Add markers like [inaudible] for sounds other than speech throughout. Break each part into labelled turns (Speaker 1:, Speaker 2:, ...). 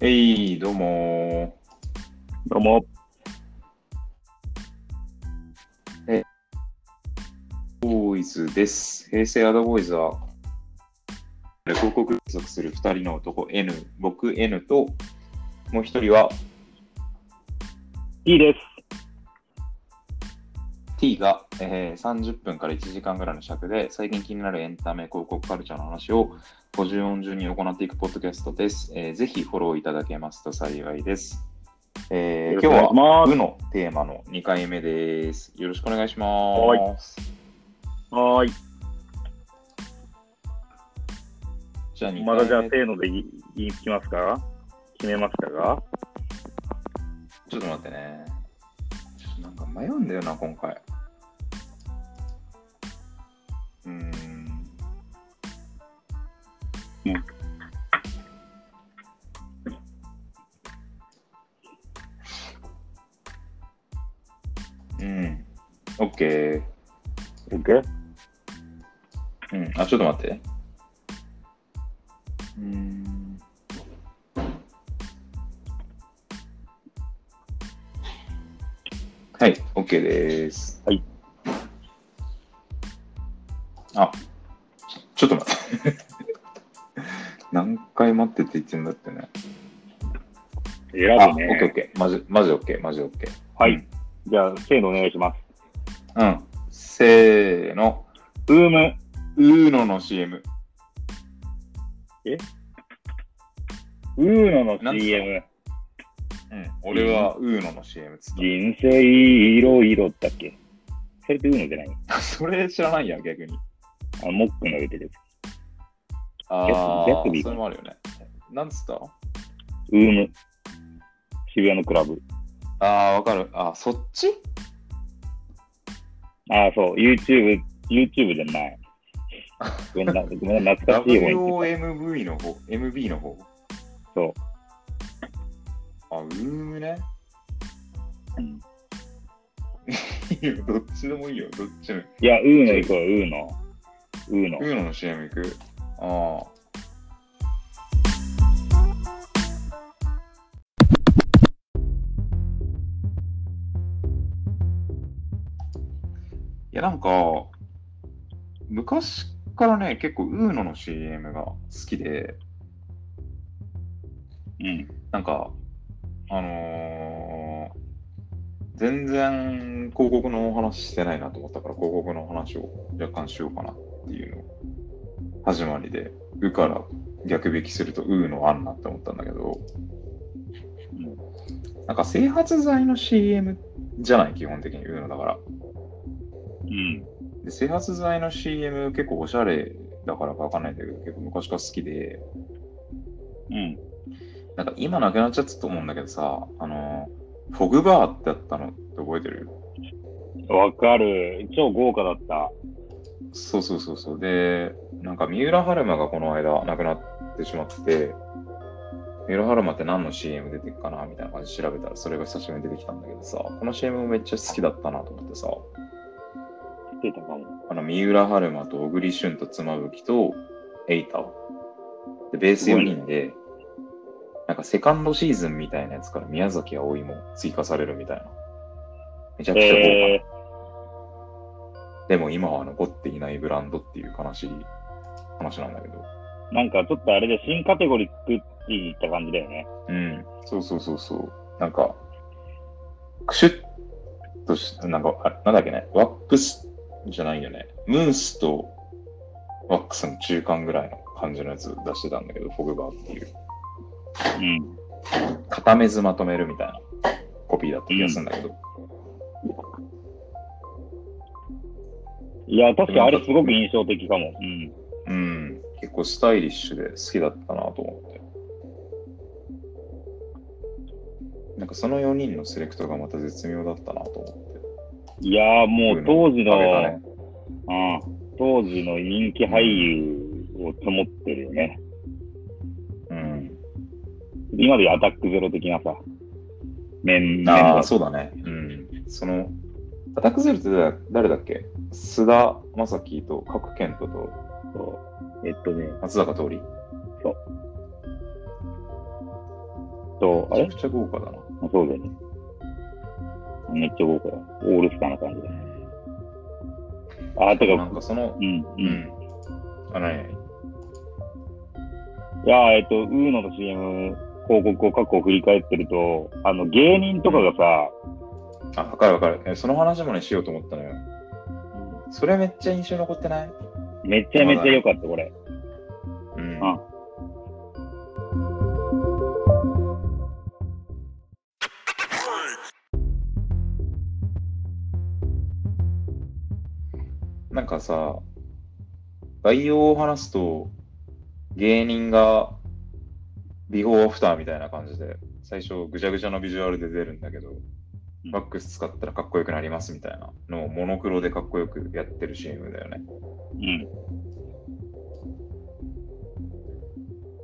Speaker 1: えい、どうも
Speaker 2: どうも。
Speaker 1: ー。ボーイズです。平成アドボーイズは、広告属する2人の男 N、僕 N と、もう1人は
Speaker 2: T です。
Speaker 1: T が、えー30分から1時間ぐらいの尺で、最近気になるエンタメ、広告、カルチャーの話を50音順に行っていくポッドキャストです。えーぜひフォローいただけますと幸いです。えー今日は、
Speaker 2: は
Speaker 1: 部のテーマの2回目です。よろしくお願いします。
Speaker 2: ははーい。
Speaker 1: じゃあ2回目
Speaker 2: まだじゃあ、せーのでいいきますか決めましたか
Speaker 1: ちょっと待ってね。ちょっとなんか迷うんだよな、今回。うーん。
Speaker 2: うん
Speaker 1: うん。オッケー。
Speaker 2: オッケー
Speaker 1: うん。あ、ちょっと待って。うーん。はい、OK です。
Speaker 2: はい。
Speaker 1: あ、ちょっと待って。 [laughs] 何回待ってって言ってんだってね。あ、
Speaker 2: 選ぶ
Speaker 1: OK、
Speaker 2: ね。
Speaker 1: OK。マジ、マジ OK、マジ OK。
Speaker 2: はい。じゃあ、せーのお願いします。
Speaker 1: うん。せーの。
Speaker 2: うーム。
Speaker 1: ウーノの CM。
Speaker 2: ウー
Speaker 1: な
Speaker 2: ノ
Speaker 1: ん
Speaker 2: の
Speaker 1: すか
Speaker 2: CM。
Speaker 1: うん。俺はウーノの CM っつっ
Speaker 2: 人生いろいろだっけそれってウーノじゃない
Speaker 1: た。それ知らないや、逆に。
Speaker 2: あのモックの上でです。
Speaker 1: あ
Speaker 2: ギャツ
Speaker 1: ー
Speaker 2: ビー
Speaker 1: それもあるよね。なんつった
Speaker 2: ウーム。渋谷のクラブ。
Speaker 1: ああ、わかる。あ、そっち
Speaker 2: ああ、そう。YouTube、YouTube じゃない。ごめんな、ごめんな、懐かしい方に行って
Speaker 1: ?WOMV の方、MB の方。。
Speaker 2: そう
Speaker 1: あ、うーむね。
Speaker 2: た。うん
Speaker 1: [laughs] いいよ、どっちでもいいよ、どっちでもいい。
Speaker 2: いや、ウーノ行こう、ウーノ。ウーノ
Speaker 1: ウ。ーノの CM 行く。ああ。いや、なんか、昔からね、結構、ウーノの CM が好きで、
Speaker 2: うん。
Speaker 1: なんか、あのー全然広告のお話してないなと思ったから、広告のお話を若干しようかなっていうの始まりで、うから逆引きすると、うのあんなって思ったんだけど、なんか整髪剤の CM じゃない、基本的にうのだから。
Speaker 2: うん。
Speaker 1: で整髪剤の CM 結構おしゃれだからかわかんないんだけど、結構昔から好きで、
Speaker 2: うん。
Speaker 1: なんか今なくなっちゃったと思うんだけどさ、あのーフォグバーってあったのって覚えてる
Speaker 2: わかる。超豪華だった。
Speaker 1: そうそうそうそう。で、なんか三浦春馬がこの間亡くなってしまって、三浦春馬って何の CM 出てるかなみたいな感じで調べたら、それが久しぶりに出てきたんだけどさ、この CM もめっちゃ好きだったなと思ってさ、
Speaker 2: 知ってたかも。
Speaker 1: あの三浦春馬と小栗旬と妻夫木とエイタを。で、ベース4人で、なんかセカンドシーズンみたいなやつから宮崎あおいも追加されるみたいな。めちゃくちゃ豪華な
Speaker 2: え
Speaker 1: でも今は残っていないブランドっていう悲しい話なんだけど。
Speaker 2: ー、なんかちょっとあれで新カテゴリー作っていった感じだよね。
Speaker 1: うん、そうそうそうそう。なんか、くしゅっとし、なんか、あなんだっけね、ワックスじゃないよね。ムースとワックスの中間ぐらいの感じのやつ出してたんだけど、フォグバーっていう。
Speaker 2: うん。
Speaker 1: 片目ずまとめるみたいなコピーだった気がするんだけど。
Speaker 2: いや、確かあれすごく印象的かも。うん。
Speaker 1: うん、結構スタイリッシュで好きだったなと思って。なんかその4人のセレクトがまた絶妙だったなと思って。
Speaker 2: いやー、もう当時の、
Speaker 1: あれだね。
Speaker 2: うん、当時の人気俳優を保ってるよね。
Speaker 1: うん。
Speaker 2: 今でいうアタックゼロ的なさ。面、面
Speaker 1: あ
Speaker 2: だ
Speaker 1: あ、そうだね。うん。その、アタックゼルって誰だっけ須田将暉と賀来賢人と
Speaker 2: とえっとね、
Speaker 1: 松坂桃李。
Speaker 2: そうと、あ
Speaker 1: めちゃく
Speaker 2: れ
Speaker 1: ちゃ豪華だな。
Speaker 2: そうだよね。めっちゃ豪華だ。オールスターな感じだね。あ、て
Speaker 1: な
Speaker 2: か、
Speaker 1: んかその、
Speaker 2: うん、う。
Speaker 1: うんん。あ、ないない。
Speaker 2: いや、えっと、ウーノの CM 広告を過去を振り返ってると、あの、芸人とかがさ、
Speaker 1: あ、わかるわかる。えその話もね、しようと思ったのよ。それめっちゃ印象に残ってない
Speaker 2: めちゃめちゃ良かった、これ。
Speaker 1: うん。
Speaker 2: あ
Speaker 1: なんかさ、概要を話すと、芸人がビフォーアフターみたいな感じで、最初ぐちゃぐちゃのビジュアルで出るんだけど、
Speaker 2: うん
Speaker 1: ワックス使ったらかっこよくなりますみたいなのをモノクロでかっこよくやってる CM だよね。
Speaker 2: うん。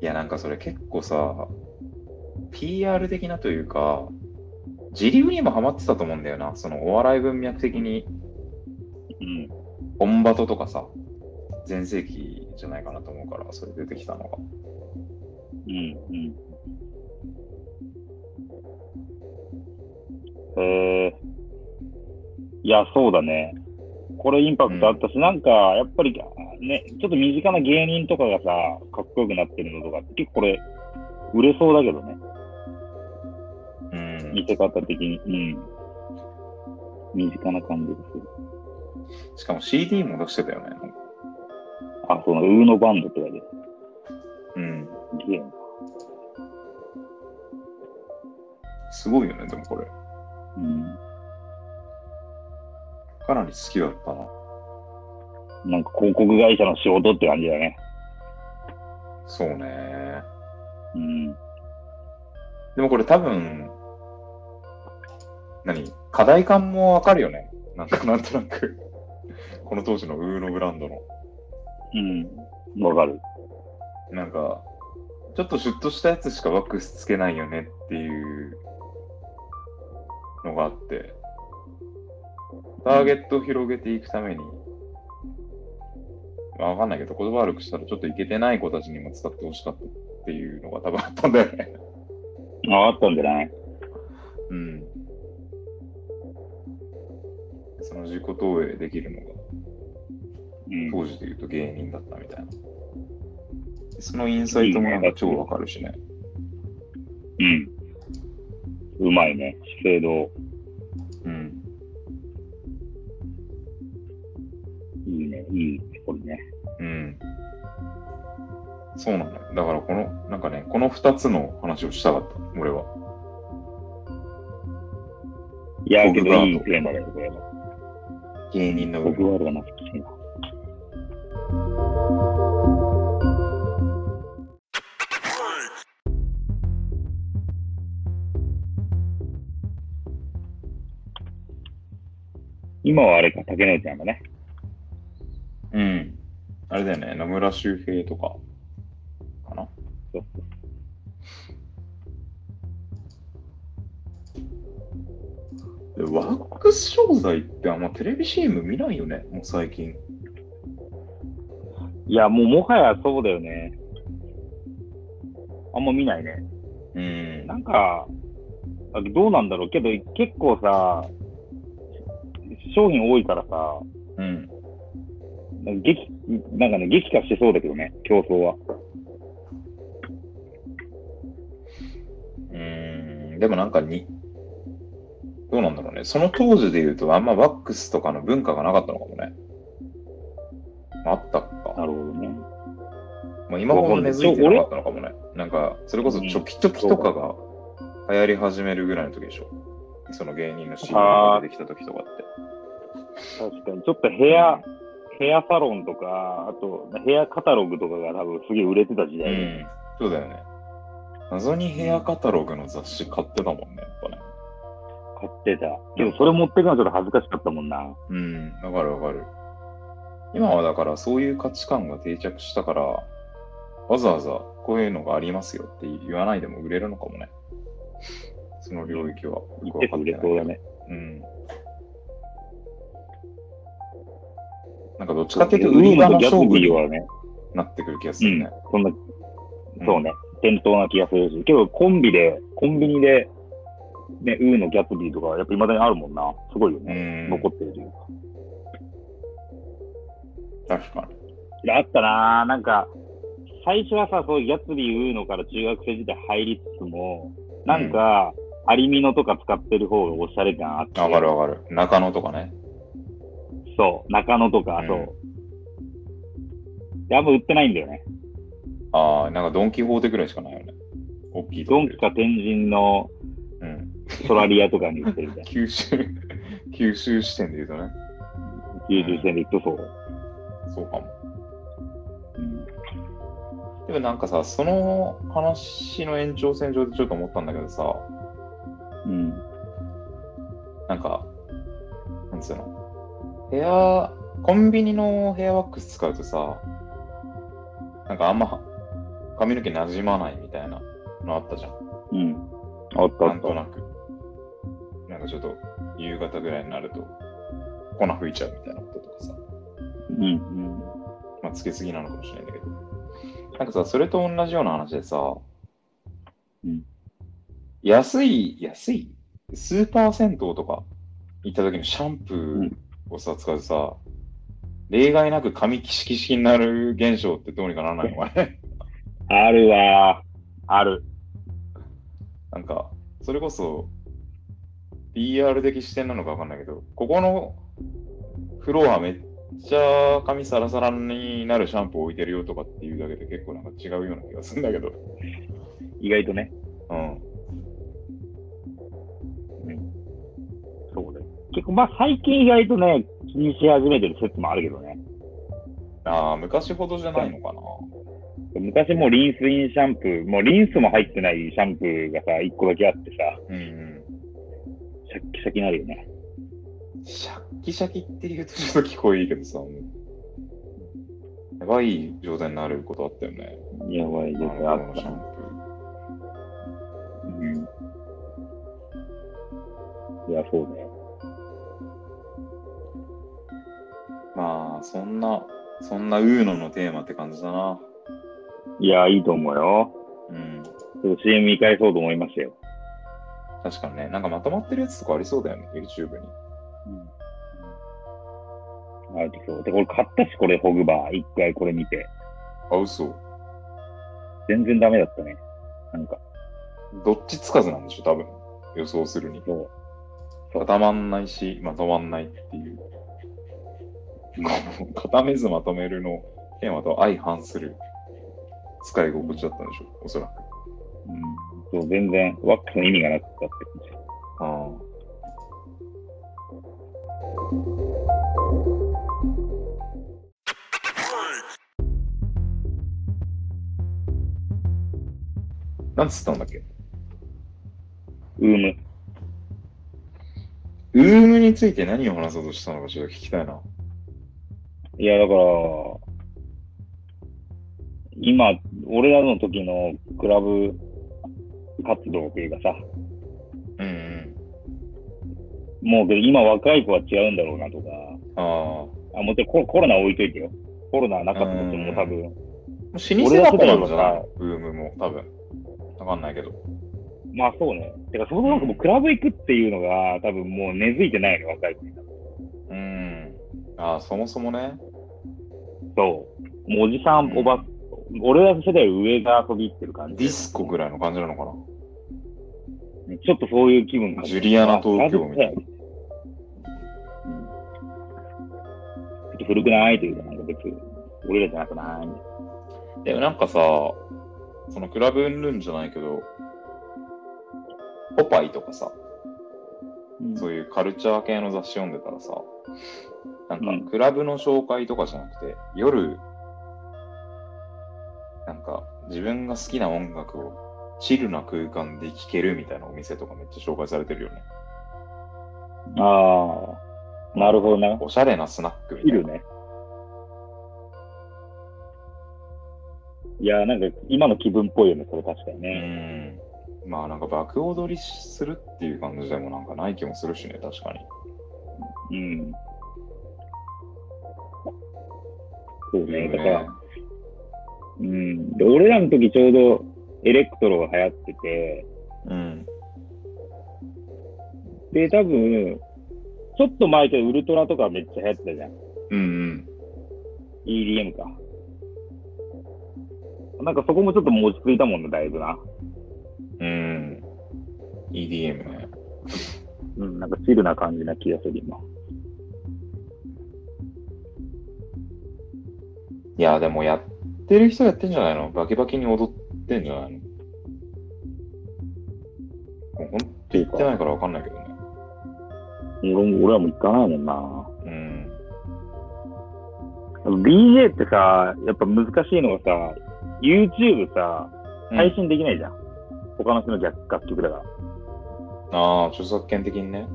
Speaker 1: いや、なんかそれ結構さ、PR 的なというか、自流にもハマってたと思うんだよな。そのお笑い文脈的に、
Speaker 2: うん。
Speaker 1: オンバトとかさ、全盛期じゃないかなと思うから、それ出てきたのが。
Speaker 2: うん。うん。えー、いや、そうだね。これインパクトあったし、なんか、やっぱり、ね、ちょっと身近な芸人とかがさ、かっこよくなってるのとか、結構これ、売れそうだけどね。
Speaker 1: うん
Speaker 2: 見せ方的に。うん。身近な感じがする。
Speaker 1: しかも CD も出してたよね。なんか
Speaker 2: あ、その、ウーノバンドとかで。
Speaker 1: うん。
Speaker 2: すげえな
Speaker 1: すごいよね、でもこれ。
Speaker 2: うん。
Speaker 1: かなり好きだったな。
Speaker 2: なんか広告会社の仕事って感じだね。
Speaker 1: そうね。
Speaker 2: うん。
Speaker 1: でもこれ多分、何課題感もわかるよね。なんかなんとなく。この当時のウーノブランドの。
Speaker 2: うん。わかる。
Speaker 1: なんか、ちょっとシュッとしたやつしかワックスつけないよねっていうのがあって、ターゲットを広げていくために、まあわかんないけど、言葉悪くしたらちょっといけてない子たちにも使ってほしかったっていうのが多分あったんだよね。
Speaker 2: あ、あったんじゃない
Speaker 1: [laughs] うん。その自己投影できるのが
Speaker 2: うん。
Speaker 1: 当時で言うと芸人だったみたいな。そのインサイトもなんか超わかるしね。
Speaker 2: うん。うまいね。資生堂。
Speaker 1: うん。
Speaker 2: いいね。いい。これね。
Speaker 1: うん。そうなんだよ。だからこの、なんかね、この2つの話をしたかった、俺は。
Speaker 2: いや、け
Speaker 1: 僕
Speaker 2: ど
Speaker 1: が
Speaker 2: いいテーマだよ、これは。
Speaker 1: 芸人の部
Speaker 2: 僕
Speaker 1: 分。
Speaker 2: はあれが懐かしいな。今はあれか、竹野内さんだね。
Speaker 1: うん。あれだよね、野村周平とか、かな。
Speaker 2: そう
Speaker 1: でワックス商材ってあんまテレビ CM 見ないよね、もう最近。
Speaker 2: いや、もうもはやそうだよね。あんま見ないね。
Speaker 1: うん
Speaker 2: なんか、あどうなんだろうけど、結構さ、商品多いからさ、
Speaker 1: うん。
Speaker 2: なんか激なんかね、激化してそうだけどね、競争は。
Speaker 1: うん。でもなんかに、どうなんだろうね。その当時で言うと、あんまワックスとかの文化がなかったのかもね。あったか。
Speaker 2: なるほどね。
Speaker 1: まあ、今ほど根付いてなかったのかもね。なんか、それこそ
Speaker 2: うん
Speaker 1: チョキチョキとかが流行り始めるぐらいの時でしょ。その芸人の CM が出てきた時とかって。
Speaker 2: 確かに、ちょっとヘア、ヘアサロンとか、あとヘアカタログとかが多分すげえ売れてた時
Speaker 1: う
Speaker 2: 代、
Speaker 1: ん。そうだよね。謎にヘアカタログの雑誌買ってたもんね、やっぱね。
Speaker 2: 買ってた。けど、それ持ってくのはちょっと恥ずかしかったもんな。
Speaker 1: うん、わかるわかる。今はだからそういう価値観が定着したから、わざわざこういうのがありますよって言わないでも売れるのかもね。その領域は。よくわ
Speaker 2: 結
Speaker 1: かっ
Speaker 2: 構売
Speaker 1: て
Speaker 2: れ
Speaker 1: ないけ
Speaker 2: そう
Speaker 1: ど
Speaker 2: だね。
Speaker 1: うんなんかどっちかっていうと、売り場の勝負
Speaker 2: ウーマ
Speaker 1: に
Speaker 2: ンとギャツビーはね、
Speaker 1: なってくる気がす
Speaker 2: う
Speaker 1: る
Speaker 2: ん
Speaker 1: ね。、
Speaker 2: そんな、そうね。店頭な気がするし、けどコンビで、コンビニで、ね、ウーのギャッツビーとか、やっぱ未だにあるもんな。すごいよ
Speaker 1: う
Speaker 2: ね。
Speaker 1: ん。
Speaker 2: 残ってるというか。
Speaker 1: 確かに。
Speaker 2: いやあったななんか、最初はさ、そういうギャッツビー、ウーノから中学生時代入りつつも、なんか、アリミノとか使ってる方がおしゃれ感あって。
Speaker 1: わかるわかる。中野とかね。
Speaker 2: そう、中野とか、
Speaker 1: うん
Speaker 2: そう。であんま売ってないんだよね。
Speaker 1: ああ、なんかドン・キホーテぐらいしかないよね。大きいと
Speaker 2: ド
Speaker 1: こ
Speaker 2: ン
Speaker 1: で
Speaker 2: キか天神の
Speaker 1: うん。
Speaker 2: ソラリアとかに売ってるみたいな。
Speaker 1: 九州、九州視点で言うとね。
Speaker 2: 90銭で行くとそう。
Speaker 1: そうかも。
Speaker 2: うん
Speaker 1: でもなんかさ、その話の延長線上でちょっと思ったんだけどさ、
Speaker 2: うん。
Speaker 1: なんか、なんつうの、ヘア、コンビニのヘアワックス使うとさ、なんかあんま髪の毛なじまないみたいなのあったじゃん。
Speaker 2: うん。あった
Speaker 1: な
Speaker 2: あ
Speaker 1: ん
Speaker 2: っ
Speaker 1: と
Speaker 2: た。
Speaker 1: なく。なんかちょっと夕方ぐらいになると粉吹いちゃうみたいなこととかさ、
Speaker 2: うん。うん。
Speaker 1: まあつけすぎなのかもしれないんだけど。なんかさ、それと同じような話でさ、
Speaker 2: うん
Speaker 1: 安い、安いスーパー銭湯とか行った時のシャンプーをさ、使うとさ、例外なく髪キシキシになる現象ってどうにかなら
Speaker 2: [laughs]
Speaker 1: ないのかね。
Speaker 2: あるわある。
Speaker 1: なんか、それこそ、PR 的視点なのかわかんないけど、ここのフロアめっちゃ髪サラサラになるシャンプー置いてるよとかっていうだけで結構なんか違うような気がするんだけど。
Speaker 2: 意外とね。
Speaker 1: うん。
Speaker 2: そうだよ。結構、まあ最近意外とね、気にし始めてる説もあるけどね。
Speaker 1: ああ、昔ほどじゃないのかな。
Speaker 2: 昔もうリンスインシャンプー、もうリンスも入ってないシャンプーがさ、1個だけあってさ、
Speaker 1: うんうん。
Speaker 2: シャッキシャキになるよね。
Speaker 1: シャッキシャキって言うとちょっと聞こえいいけどさ、もうやばい状態になることあったよね。
Speaker 2: やばいですね、あ
Speaker 1: あの
Speaker 2: っ
Speaker 1: シャ
Speaker 2: た
Speaker 1: ン
Speaker 2: な。
Speaker 1: プ
Speaker 2: うん。いや、そうだよ。
Speaker 1: ー。まあ、そんな、そんなウーノのテーマって感じだな。
Speaker 2: いや、いいと思うよ。
Speaker 1: うん。
Speaker 2: ちょっと CM 見返そうと思いましたよ。
Speaker 1: 確かにね、なんかまとまってるやつとかありそうだよね、YouTube に。
Speaker 2: あるとそう。で、これ買ったし、これ、ホグバー。一回これ見て。
Speaker 1: あ、嘘。
Speaker 2: 全然ダメだったね。なんか、
Speaker 1: どっちつかずなんでしょ、多分。予想するに。
Speaker 2: そう。
Speaker 1: 固まんないし、まとまんないっていう。固めずまとめるのテーマと相反する使い心地だったんでしょう、おそらく。
Speaker 2: うん、そう全然、ワックスの意味がなかったって感じ。
Speaker 1: あなんつったんだっけ
Speaker 2: ウーム。
Speaker 1: ウームについて何を話そうとしたのかちょっと聞きたいな。
Speaker 2: いや、だから、今、俺らの時のクラブ活動というかさ、
Speaker 1: うんうん。
Speaker 2: もうけど今若い子は違うんだろうなとか、
Speaker 1: ああ。も
Speaker 2: あ、もちろんココロナ置いといてよ。コロナなかったとしても多分、
Speaker 1: う老舗だったなんじゃないウームも、多分。わかんないけど。
Speaker 2: まあそうね。てか、そもそももうクラブ行くっていうのが、多分もう根付いてないよね、若い子に。
Speaker 1: うん。ああ、そもそもね。
Speaker 2: そう。もうおじさん、おば、俺らの世代より上が遊び行ってる感
Speaker 1: デ
Speaker 2: じ。
Speaker 1: ィスコぐらいの感じなのかな。
Speaker 2: ちょっとそういう気分かも
Speaker 1: ジュリアナ東京みたいな
Speaker 2: あ30うんちょっと古くないというか、なんか別に、俺らじゃなくない
Speaker 1: でもなんかさ、そのクラブうんぬんじゃないけど、ポパイとかさ、そういうカルチャー系の雑誌読んでたらさ、な
Speaker 2: うんん
Speaker 1: かクラブの紹介とかじゃなくて、夜、なんか自分が好きな音楽をチルな空間で聴けるみたいなお店とかめっちゃ紹介されてるよね。
Speaker 2: ああ、なるほどな。
Speaker 1: おしゃれなスナックみた
Speaker 2: い
Speaker 1: いな。
Speaker 2: るね。いやー、なんか今の気分っぽいよね、それ確かにね。
Speaker 1: うん。まあなんか爆踊りするっていう感じでもなんかない気もするしね、確かに。
Speaker 2: うん。そうね、だか
Speaker 1: ね
Speaker 2: ら、うん。で、俺らの時ちょうどエレクトロが流行ってて、
Speaker 1: うん。
Speaker 2: で、多分、ちょっと前からウルトラとかめっちゃ流行ってたじゃん。
Speaker 1: うん。
Speaker 2: EDM か。なんかそこもちょっともう落ち着いたもんね、だいぶな。
Speaker 1: うん。うん。EDM ね。
Speaker 2: うん、なんかチルな感じな気がする、今。
Speaker 1: いや、でもやってる人やってんじゃないのバキバキに踊ってんじゃないのもうほんと
Speaker 2: ていう
Speaker 1: 行ってないからわかんないけどね。
Speaker 2: 俺も俺はもう行かないもんな。
Speaker 1: うん。
Speaker 2: DJ ってさ、やっぱ難しいのがさ、YouTube さ、配信できないじゃん。他の人の逆楽曲だから。
Speaker 1: ああ、著作権的にね。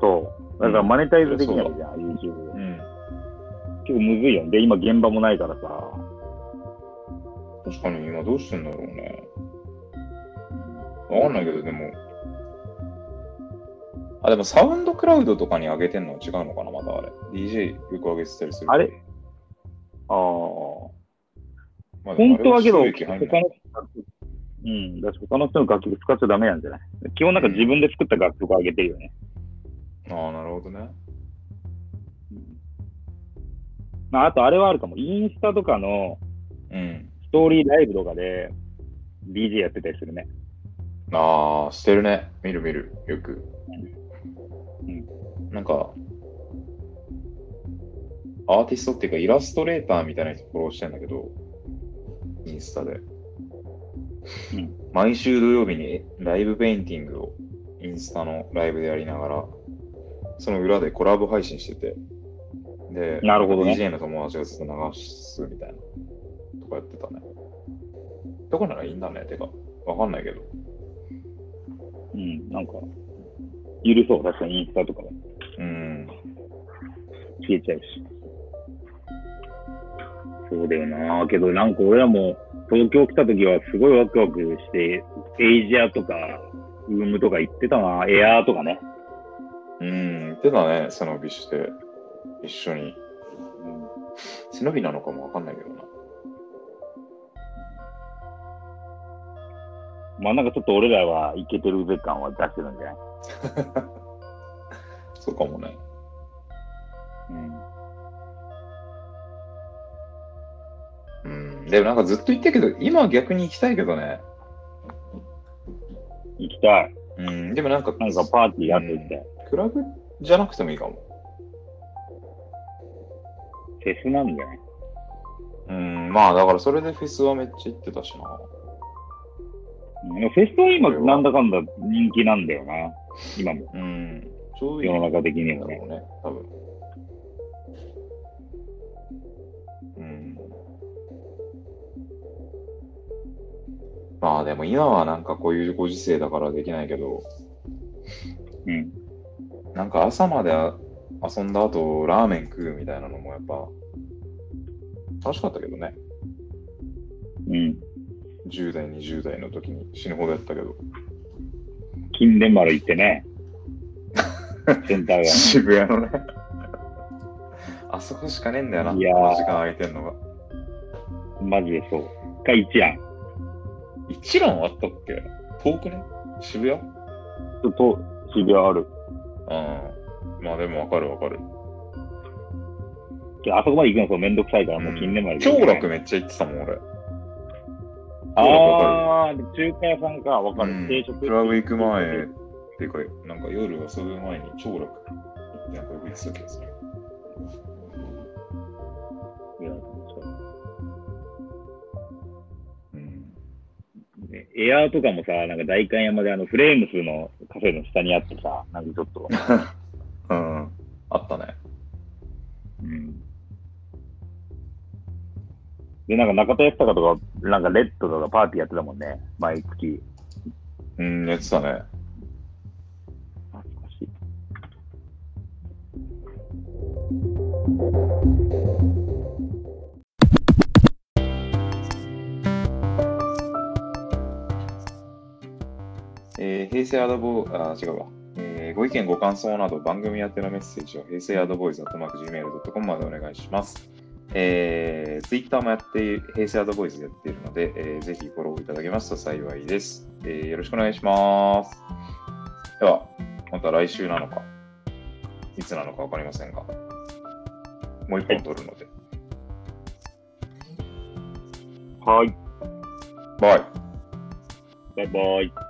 Speaker 2: そう。だからマネタイズできないじゃん、YouTube で。
Speaker 1: ん。
Speaker 2: 結構むずいよね。で、今現場もないからさ。
Speaker 1: 確かに今どうしてんだろうね。わかんないけど、でも。あ、でもサウンドクラウドとかに上げてんのは違うのかな、まだあれ。DJ よく上げてたりする。
Speaker 2: あれああ。
Speaker 1: まあでも
Speaker 2: 本当はけど、
Speaker 1: あれ収益
Speaker 2: 他の人
Speaker 1: 入んない
Speaker 2: の、うん、だし他の人の楽曲使っちゃダメなんじゃない基本なんか自分で作った楽曲を上げてるよね。
Speaker 1: ああ、なるほどね。
Speaker 2: まあ、あとあれはあるかも。インスタとかの
Speaker 1: うん。
Speaker 2: ストーリーライブとかで DJ やってたりするね。
Speaker 1: ああ、してるね。見る見る。よく。
Speaker 2: うん
Speaker 1: なんか、アーティストっていうかイラストレーターみたいな人フォローしてんだけど、インスタで。
Speaker 2: うん
Speaker 1: 毎週土曜日にライブペインティングをインスタのライブでやりながら、その裏でコラボ配信してて、で、
Speaker 2: なるほどね
Speaker 1: DJ の友達がずっと流すみたいな、とかやってたね。どこならいいんだね、てか、わかんないけど。
Speaker 2: うん、なんか、許そう。確かにインスタとかも
Speaker 1: うん。
Speaker 2: 消えちゃうし。そうだよなけどなんか俺らも東京来た時はすごいワクワクして、エイジアとか、ウームとか行ってたなエアーとかね。
Speaker 1: うん、出たね、背伸びして、一緒に。背伸びなのかもわかんないけどな。
Speaker 2: まあなんかちょっと俺らはイケてるべ感は出してるんじゃない
Speaker 1: そうかもね。うん、でもなんかずっと言ってるけど、今は逆に行きたいけどね。
Speaker 2: 行きたい。
Speaker 1: うん、でもなんか、
Speaker 2: なんかパーティーやっていきたい。
Speaker 1: クラブじゃなくてもいいかも。
Speaker 2: フェスなんじゃない
Speaker 1: うん、まあだからそれでフェスはめっちゃ行ってたしな。
Speaker 2: うんフェスは今なんだかんだ人気なんだよな。今も。
Speaker 1: うん、ちょうどいい
Speaker 2: 世の中的に
Speaker 1: だ
Speaker 2: もね
Speaker 1: ろ。うね、多分。うん。まあでも今はなんかこういうご時世だからできないけど、
Speaker 2: うん。
Speaker 1: なんか朝まであ遊んだ後ラーメン食うみたいなのもやっぱ楽しかったけどね。
Speaker 2: うん。
Speaker 1: 10代、20代の時に死ぬほどやったけど。
Speaker 2: 金電丸行って
Speaker 1: [laughs]
Speaker 2: ね。センター
Speaker 1: 渋谷のね。 [laughs] あそこしかねえんだよな、
Speaker 2: いやー
Speaker 1: この時間空いてんのが。
Speaker 2: が。マジでそう。か、一案。
Speaker 1: 一覧あったっけ遠くね渋谷
Speaker 2: ちょっと、渋谷ある。
Speaker 1: ああ、まあでもわかるわかる。
Speaker 2: けどあそこまで行くのそうめんどくさいから、もう金電丸行
Speaker 1: 京
Speaker 2: く、
Speaker 1: 楽めっちゃ行ってたもん、俺。
Speaker 2: ああ、で中華屋さんか、わかる。
Speaker 1: うん
Speaker 2: 定食。
Speaker 1: クラブ行く前、っていうか、なんか夜遊ぶ前に京楽なんかよく行ってた気がする。
Speaker 2: いや楽しかった
Speaker 1: うん。
Speaker 2: ねエアーとかもさ、なんか代官山であのフレームスのカフェの下にあってさ、なんかちょっと、
Speaker 1: うん。あったね。
Speaker 2: うん。で、なんか中田康隆とか、なんかレッドとかパーティーやってたもんね、毎月。
Speaker 1: うん、やってたね。
Speaker 2: 懐かしい。
Speaker 1: えー平成アドボー、あー、違うわ。えーご意見、ご感想など番組宛てのメッセージを平成アドボーイズ .gmail.com までお願いします。えー、Twitter もやって、平成アドボイスやっているので、えーぜひフォローいただけますと幸いです。えーよろしくお願いします。では、また来週なのか、いつなのかわかりませんが、もう一本撮るので、
Speaker 2: はい。
Speaker 1: バイ
Speaker 2: バイバイ。